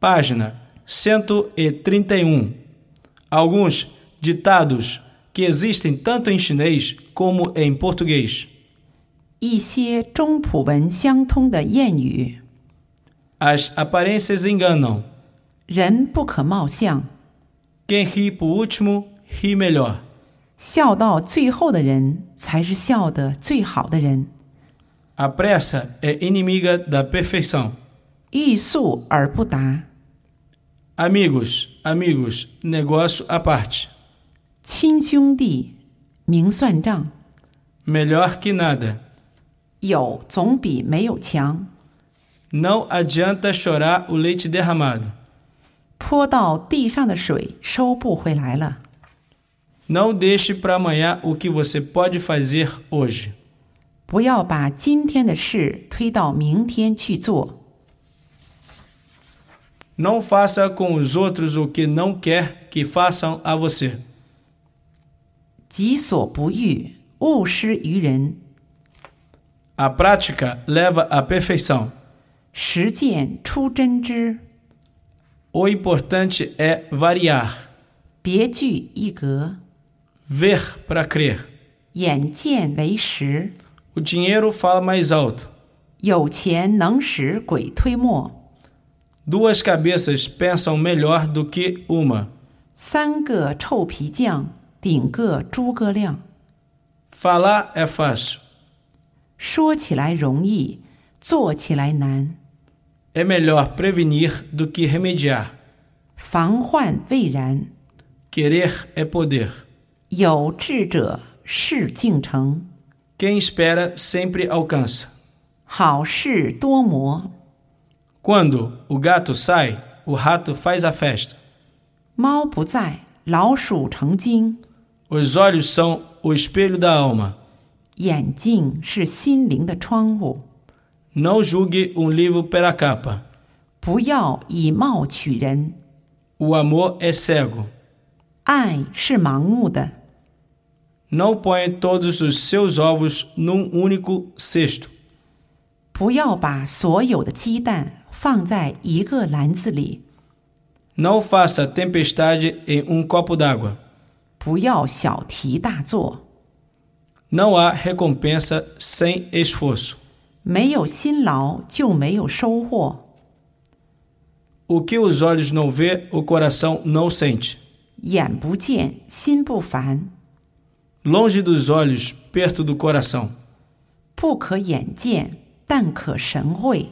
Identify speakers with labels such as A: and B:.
A: página 131. Alguns ditados que existem tanto em chinês como em português.
B: 一些中普文相通的谚语
A: As aparências enganam.：“
B: 人不可貌相，
A: Quem ri por último, ri melhor.
B: 笑到最后的人才是笑得最好的人。
A: A pressa é inimiga da perfeição.
B: 欲速而不达，
A: Amigos, amigos, negócio à parte.
B: 亲兄弟明算账，
A: Melhor que nada.
B: 有总比没有强。
A: Não adianta chorar o leite derramado.
B: 泼到地上的水收不回来了。
A: Não deixe para amanhã o que você pode fazer hoje.
B: 不要把今天的事推到明天去做。
A: Não faça com os outros o que não quer que façam a você.
B: 己所不欲，勿施于人。
A: A prática leva à perfeição.
B: 实践出真知，
A: O importante é variar,
B: 别具一格。
A: ver para crer.
B: 眼见为实，
A: O dinheiro fala mais alto.
B: 有钱能使鬼推磨。
A: Duas cabeças pensam melhor do que uma.
B: 三个臭皮匠顶个诸葛亮。
A: Falar é fácil,
B: 说起来容易，做起来难。
A: é melhor prevenir do que remediar.
B: 防患未然，
A: Querer é poder.
B: 有志者事竟成。
A: Quem espera sempre alcança.
B: 好事多磨，
A: Quando o gato sai, o rato faz a festa.
B: 猫不在，老鼠成精。
A: Os olhos são o espelho da alma.
B: 眼睛是心灵的窗户，
A: Não julgue um livro pela capa.
B: 不要以貌取人。
A: O amor é cego.
B: 爱是盲目的，
A: Não ponha todos os seus ovos num único cesto.
B: 不要把所有的鸡蛋放在一个篮子里，
A: Não faça tempestade em um copo d'água.
B: 不要小题大做。
A: Não há recompensa sem esforço.
B: 没有辛劳就没有收获，
A: O que os olhos não vê, o coração não sente.
B: 眼不见心不烦，
A: Longe dos olhos, perto do coração.
B: 不可眼见，但可神会。